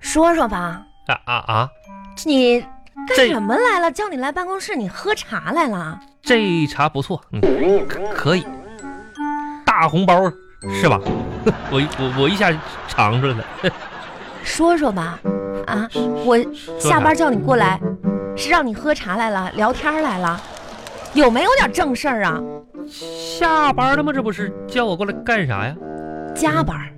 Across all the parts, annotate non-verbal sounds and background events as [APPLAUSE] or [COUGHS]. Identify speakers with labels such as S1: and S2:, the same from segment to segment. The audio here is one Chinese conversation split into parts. S1: 说说吧，
S2: 啊啊啊！
S1: 你干
S2: 这
S1: 什么来了？叫你来办公室，你喝茶来了？
S2: 这茶不错，嗯，可以，大红包是吧？我一我我一下尝出来了。
S1: 说说吧，啊，我
S2: 说
S1: 下
S2: 啥
S1: 班叫你过来，是让你喝茶来了，聊天来了，有没有点正事儿啊？
S2: 下班了吗？这不是叫我过来干啥呀？
S1: 加班儿。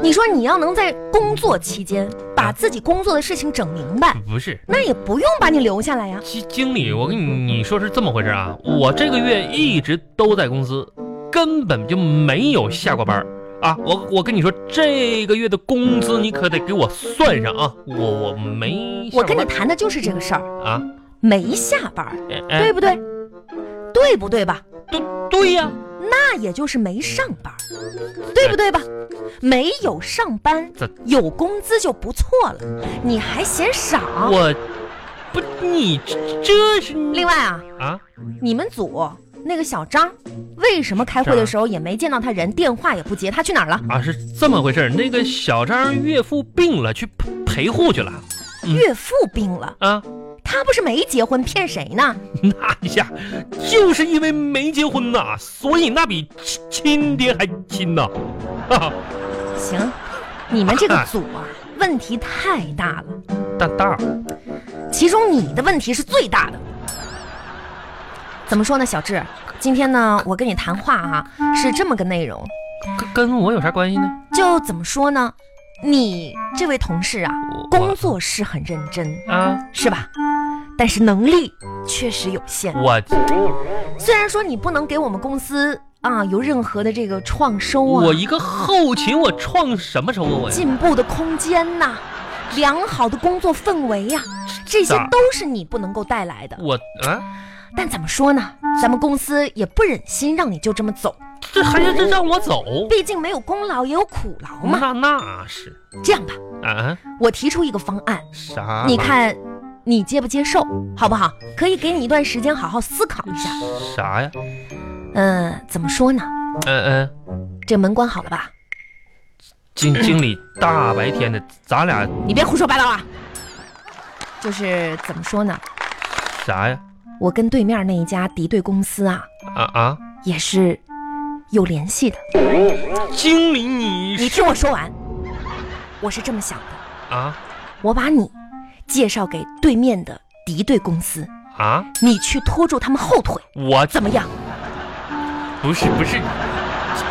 S1: 你说你要能在工作期间把自己工作的事情整明白，
S2: 不是，
S1: 那也不用把你留下来呀。
S2: 经经理，我跟你你说是这么回事啊，我这个月一直都在公司，根本就没有下过班儿啊。我我跟你说，这个月的工资你可得给我算上啊，我我没下
S1: 我跟
S2: 过
S1: 你
S2: 班
S1: 谈的就是这个事儿，
S2: 儿啊，
S1: 没下班儿，
S2: 哎哎
S1: 对不对？对不对吧？
S2: 对对呀、
S1: 那也就是没上
S2: 嗯
S1: 班儿，对不对吧？没有上班
S2: 这，
S1: 有工资就不错了，你还嫌少？
S2: 我不你这这是
S1: 啊另外啊，
S2: 啊，
S1: 你们组那个小张，为什么开会的时候也没见到他人，电话也不接，他去哪儿了？
S2: 啊，是这么回事儿。那个小张岳父病了，去陪陪护去了嗯
S1: 岳父病了，
S2: 啊。 [LAUGHS]
S1: 他不是没结婚，骗谁呢？
S2: 那一下就是因为没结婚呐，所以那比亲亲爹还亲呐。 [LAUGHS] 哈哈，
S1: 行，你们这个组啊，问题太大了，
S2: 大大
S1: 其中你的问题是最大的。怎么说呢，小志？今天呢，我跟你谈话啊，是这么个内容，
S2: 跟跟我有啥关系呢？
S1: 就怎么说呢？你这位同事啊，
S2: 我
S1: 工作是很认真，
S2: 我啊，
S1: 是吧？但是能力确实有限。
S2: 我
S1: 虽然说你不能给我们公司啊有任何的这个创收啊
S2: 我、一个后勤，我创什么仇啊我呀？
S1: 进步的空间呐、良好的工作氛围呀、这些
S2: 咋
S1: 都是你不能够带来的。
S2: 我啊，
S1: 但怎么说呢？咱们公司也不忍心让你就这么走，
S2: 这还是这让我走？
S1: 毕竟没有功劳也有苦劳嘛。
S2: 那那是
S1: 这样吧，
S2: 啊
S1: 我提出一个方案，
S2: 啥？
S1: 你看你接不接受，好不好？可以给你一段时间好好思考一下。
S2: 啥呀？
S1: 嗯、怎么说呢？
S2: 嗯嗯，
S1: 这门关好了吧？
S2: [COUGHS] 经经理大白天的，咱俩
S1: 你别胡说八道啊！就是怎么说呢？
S2: 啥呀？
S1: 我跟对面那一家敌对公司啊，
S2: 啊啊，
S1: 也是有联系的。
S2: 经理你
S1: 你
S2: 是
S1: 听我说完，我是这么想的，
S2: 啊
S1: 我把你介绍给对面的敌对公司，
S2: 啊，
S1: 你去拖住他们后腿，
S2: 我
S1: 怎么样？
S2: 不是不是，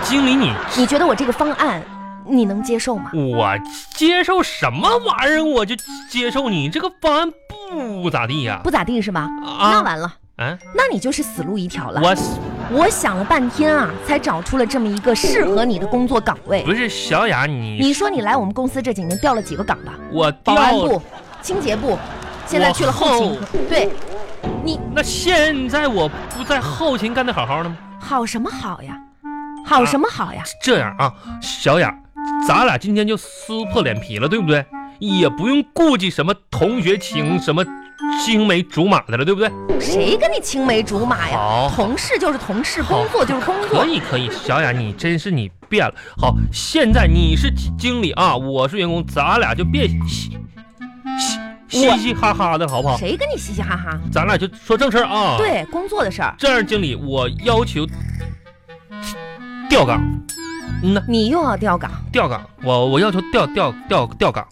S2: 经理你
S1: 你觉得我这个方案你能接受吗？
S2: 我接受什么玩意儿？我就接受你这个方案不咋地呀、
S1: 不咋地是吧？那
S2: 啊
S1: 完了，
S2: 啊！
S1: 那你就是死路一条了。
S2: 我
S1: 我想了半天啊，才找出了这么一个适合你的工作岗位。
S2: 不是小雅，你
S1: 你说你来我们公司这几年调了几个岗吧？
S2: 我
S1: 保安
S2: 调
S1: 部、清洁部，现在去了后勤
S2: 我
S1: 科。对，
S2: 那现在我不在后勤干得好好的吗？
S1: 好什么好呀？好什么好呀？
S2: 这样啊，小雅，咱俩今天就撕破脸皮了，对不对？也不用顾忌什么同学情，什么青梅竹马的了，对不对？
S1: 谁跟你青梅竹马哎呀？
S2: 好，
S1: 同事就是同事，
S2: 好
S1: 工作就是工
S2: 可
S1: 作。
S2: 以可以，小雅，你真是你变了。好，现在你是经理啊，我是员工，咱俩就别嘻嘻
S1: 我
S2: 嘻嘻哈哈的好不好？
S1: 谁跟你嘻嘻哈哈？
S2: 咱俩就说正事儿啊。，
S1: 对，工作的事儿，
S2: 这样经理，我要求调岗。嗯呐，
S1: 你又要调岗，
S2: 调岗，我我要求调调调调岗。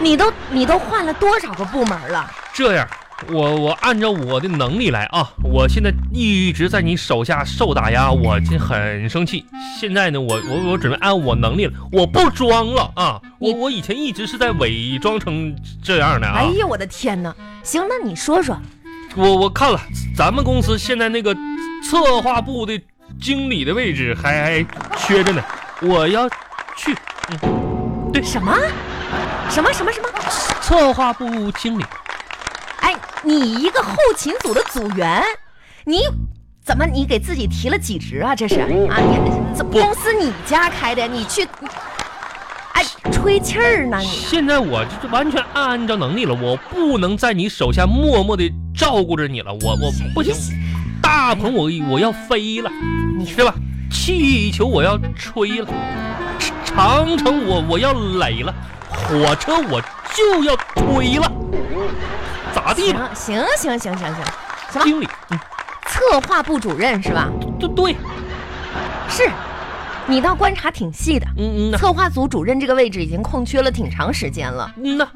S1: 你都你都换了多少个部门了？
S2: 这样，我我按照我的能力来啊！我现在一直在你手下受打压，我这很生气。现在呢，我我我准备按我能力了，我不装了啊！我
S1: 你
S2: 我以前一直是在伪装成这样的啊！
S1: 哎呀，我的天哪！行，那你说说，
S2: 我我看了，咱们公司现在那个策划部的经理的位置还还缺着呢，我要去
S1: 什么？什么什么什么？
S2: 策划部经理。
S1: 哎，你一个后勤组的组员，你怎么你给自己提了几职啊？这是
S2: 嗯
S1: 啊，你这
S2: 不
S1: 公司你家开的，你去，哎，吹气儿呢你？啊
S2: 现在我这完全按照能力了，我不能在你手下默默的照顾着你了，我我不行，大鹏我我要飞了，
S1: 你
S2: 是吧？气球我要吹了，长城我我要垒了，火车我就要推了，咋地吧？
S1: 行行行行行行，行吧
S2: 经理，嗯，
S1: 策划部主任是吧？
S2: 对对，
S1: 是，你倒观察挺细的。
S2: 嗯嗯呐，
S1: 策划组主任这个位置已经空缺了挺长时间了，
S2: 嗯呐，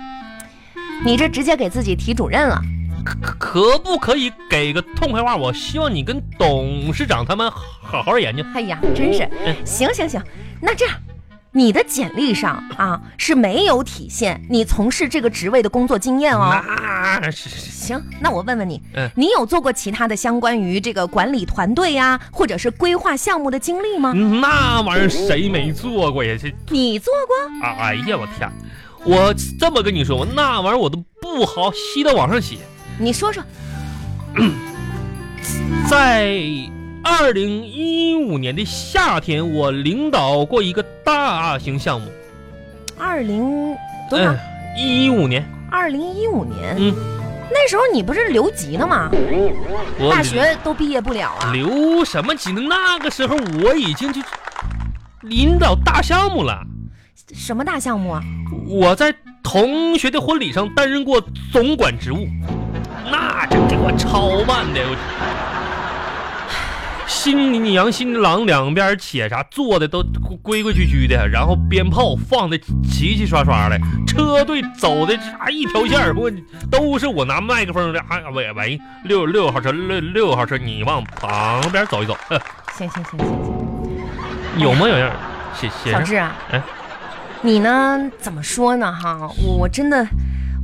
S1: 你这直接给自己提主任了。
S2: 可可不可以给个痛快话？我希望你跟董事长他们好好研究。
S1: 哎呀，真是，
S2: 哎
S1: 行行行，那这样，你的简历上啊是没有体现你从事这个职位的工作经验哦。
S2: 那是是是
S1: 行，那我问问你，
S2: 嗯
S1: 你有做过其他的相关于这个管理团队呀、或者是规划项目的经历
S2: 嗯
S1: 吗？
S2: 那玩意儿谁没做过呀？这
S1: 你做过？
S2: 啊，哎呀，我天！我这么跟你说，我那玩意儿我都不好吸到往上写。
S1: 你说说。
S2: 在二零一五年的夏天，我领导过一个大型项目。哎
S1: 二零多少？？
S2: 一五年，
S1: 二零一五年。
S2: 嗯
S1: 那时候你不是留级呢吗？
S2: 我
S1: 大学都毕业不了啊。
S2: 留什么级呢？那个时候我已经就领导大项目了。
S1: 什么大项目啊？
S2: 我在同学的婚礼上担任过总管职务，那这给我超慢的，我新娘新郎两边且啥，坐的都规规矩矩的，然后鞭炮放的齐齐刷刷的，车队走的啥一条线儿，我都是我拿麦克风的，哎喂喂，六六号车六六号车，你往旁边走一 [LAUGHS] 走，呃
S1: 行行行行行，
S2: 有模有样儿，写写
S1: 小
S2: 上
S1: 智啊，
S2: 哎
S1: 你呢？怎么说呢？哈，我我真的，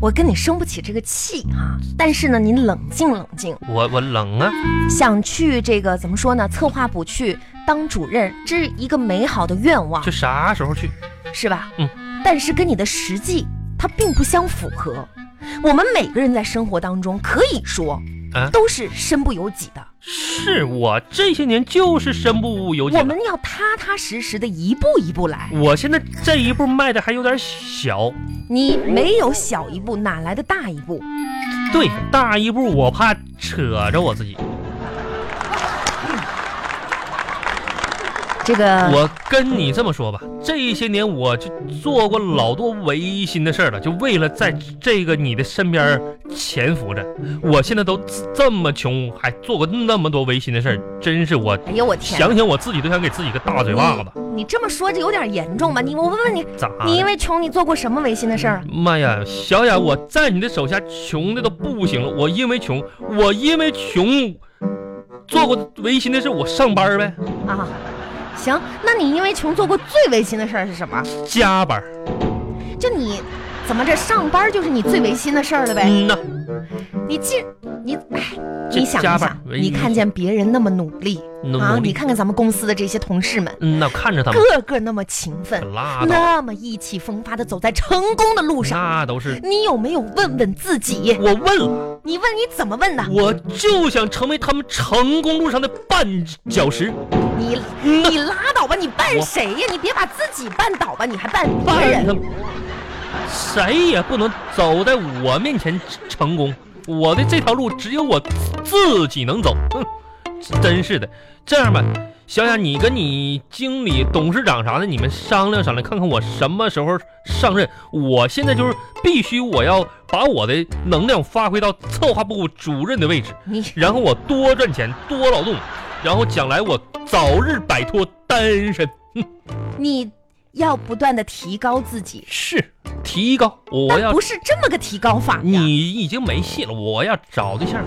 S1: 我跟你生不起这个气哈、但是呢，你冷静冷静，
S2: 我我冷啊，
S1: 想去这个怎么说呢？策划部去当主任，这是一个美好的愿望
S2: 这，啥时候去？
S1: 是吧？
S2: 嗯。
S1: 但是跟你的实际它并不相符合。我们每个人在生活当中，可以说
S2: 啊
S1: 都是身不由己的。
S2: 是我这些年就是身不由
S1: 嗯
S2: 己
S1: 我
S2: 了。
S1: 们要踏踏实实的一步一步来。
S2: 我现在这一步迈的还有点小，
S1: 你没有小一步，哪来的大一步？
S2: 对，大一步我怕扯着我自己。
S1: 这个
S2: 我跟你这么说吧，这些年我就做过老多违心的事儿了，就为了在这个你的身边儿潜伏着。我现在都这么穷，还做过那么多违心的事儿，真是我
S1: 哎呦我天！
S2: 想想我自己都想给自己一个大嘴巴子。
S1: 你这么说这有点严重吧？你我问问你，
S2: 咋的？
S1: 你因为穷你做过什么违心的事儿？
S2: 妈呀，小雅，我在你的手下穷的都不行了。我因为穷，我因为穷，做过违心的事，我上班呗，
S1: 啊，行，那你因为穷做过最违心的事儿是什么？
S2: 加班。
S1: 就你怎么这上班就是你最违心的事儿了呗？
S2: 嗯呐，
S1: 你进你哎，
S2: 这
S1: 你想
S2: 加
S1: 一
S2: 班
S1: 想，
S2: 唯
S1: 你
S2: 一
S1: 看见别人那么努力
S2: 努
S1: 啊，
S2: 努力
S1: 你看看咱们公司的这些同事们，
S2: 嗯呐，我看着他们
S1: 个个那么勤奋，
S2: 拉倒，
S1: 那么意气风发的走在成功的路上，
S2: 那都是
S1: 你有没有问问自己？
S2: 嗯我问了，
S1: 你问你怎么问的？
S2: 我就想成为他们成功路上的绊脚石，
S1: 你
S2: 嗯呐
S1: 你拉倒吧，你绊
S2: 我
S1: 谁呀？你别把自己绊倒吧，你还绊别
S2: 绊
S1: 人。
S2: 他们，谁也不能走在我面前成功。我的这条路只有我自己能走。哼，真是的。这样吧，小雅，你跟你经理、董事长啥的，你们商量商量，看看我什么时候上任。我现在就是必须，我要把我的能量发挥到策划部主任的位置，
S1: 你
S2: 然后我多赚钱，多劳动，然后将来我早日摆脱单身。
S1: 你要不断的提高自己，
S2: 是，提高，我
S1: 但
S2: 要
S1: 不是这么个提高法呀。
S2: 你已经没戏了，我要找对象。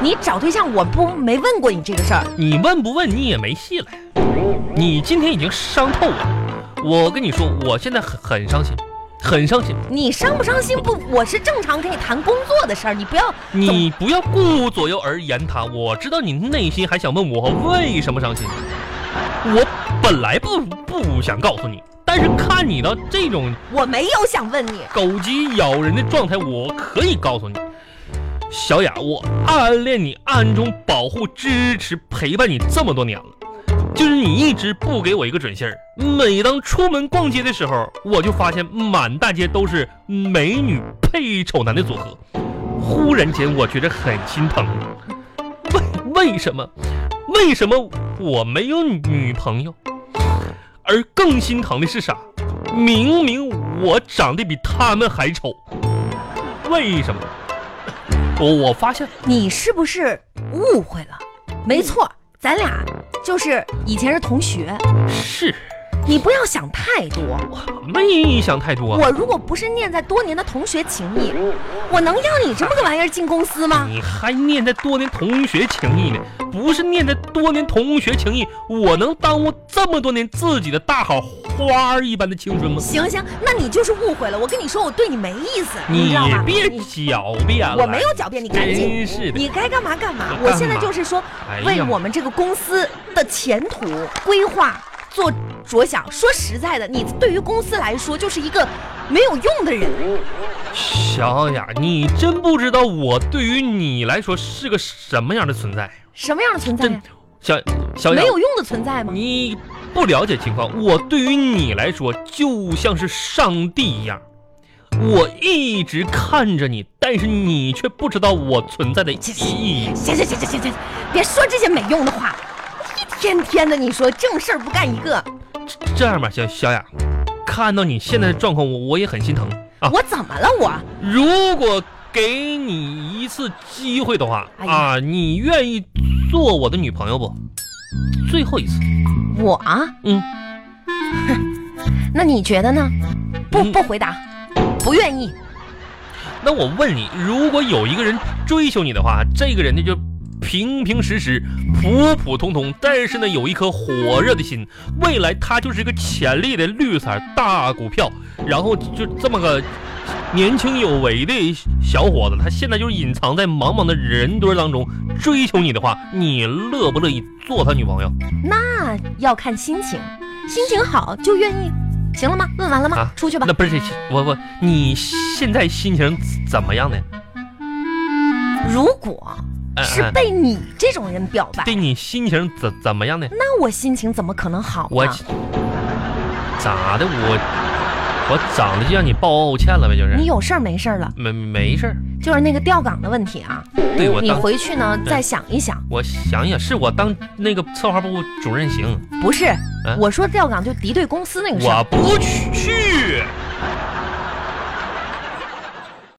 S1: 你找对象，我不没问过你这个事儿。
S2: 你问不问你也没戏了，你今天已经伤透我。我跟你说，我现在很很伤心，很伤心。
S1: 你伤不伤心不？我是正常跟你谈工作的事儿，你不要
S2: 你不要顾左右而言他，我知道你内心还想问我为什么伤心。我本来不不想告诉你，但是看你到这种
S1: 我没有想问你，
S2: 狗急咬人的状态，我可以告诉你，小雅，我暗恋你，暗中保护、支持、陪伴你这么多年了，就是你一直不给我一个准信儿。每当出门逛街的时候，我就发现满大街都是美女配丑男的组合，忽然间我觉得很心疼。为为什么？为什么我没有女朋友？而更心疼的是啥？明明我长得比他们还丑，为什么？我我发现
S1: 你是不是误会了？没错，咱俩就是以前是同学，
S2: 是
S1: 你不要想太多。
S2: 没想太多。啊
S1: 我如果不是念在多年的同学情谊，我能要你这么个玩意儿进公司吗？
S2: 你还念在多年同学情谊呢？不是念在多年同学情谊，我能耽误这么多年自己的大好花儿一般的青春吗？
S1: 行行，那你就是误会了。我跟你说，我对你没意思，你
S2: 你
S1: 知道吗？
S2: 别
S1: 你
S2: 狡辩了，
S1: 我没有狡辩，你赶紧
S2: 真，是的。
S1: 你该干嘛干嘛
S2: 哎干。嘛
S1: 我现在就是说，
S2: 哎呀
S1: 为我们这个公司的前途规划做着想。说实在的，你对于公司来说就是一个没有用的人。
S2: 小雅，你真不知道我对于你来说是个什么样的存在。
S1: 什么样的存在呀？啊
S2: 小小雅
S1: 没，有用的存在吗？
S2: 你不了解情况，我对于你来说就像是上帝一样，我一直看着你，但是你却不知道我存在的意义。
S1: 行行行行行行，别说这些没用的话，一天天的你说正事儿不干一个，
S2: 这样吧，小小雅，看到你现在的状况，我我也很心疼啊。
S1: 我怎么了我？
S2: 如果给你一次机会的话、
S1: 哎呀
S2: 啊，你愿意做我的女朋友不？最后一次，
S1: 我啊，
S2: 嗯，
S1: 那你觉得呢？不
S2: 嗯
S1: 不回答，不愿意。
S2: 那我问你，如果有一个人追求你的话，这个人呢就平平实实、普普通通，但是呢有一颗火热的心，未来他就是一个潜力的绿色大股票，然后就这么个年轻有为的小伙子，他现在就是隐藏在茫茫的人堆当中追求你的话，你乐不乐意做他女朋友
S1: 那要看心情，心情好就愿意。行了吗？问完了吗？
S2: 啊？
S1: 出去吧
S2: 那。不是我我你现在心情怎么样呢？
S1: 如果
S2: 呃
S1: 是
S2: 呃
S1: [LAUGHS] 被你这种人表白，
S2: 对你心情怎怎么样呢？
S1: 那我心情怎么可能好啊
S2: 我
S1: 呢？
S2: 咋的？我我长得就让你抱歉了呗？就是
S1: 你有事儿没事儿了？
S2: 没没事儿，
S1: 就是那个调岗的问题啊，
S2: 对我
S1: 你
S2: 当
S1: 回去呢
S2: 对
S1: 再想一想。
S2: 我想想，是我当那个策划部主任行，嗯
S1: 不是，我说调岗就敌对公司那个事儿。
S2: 我不去，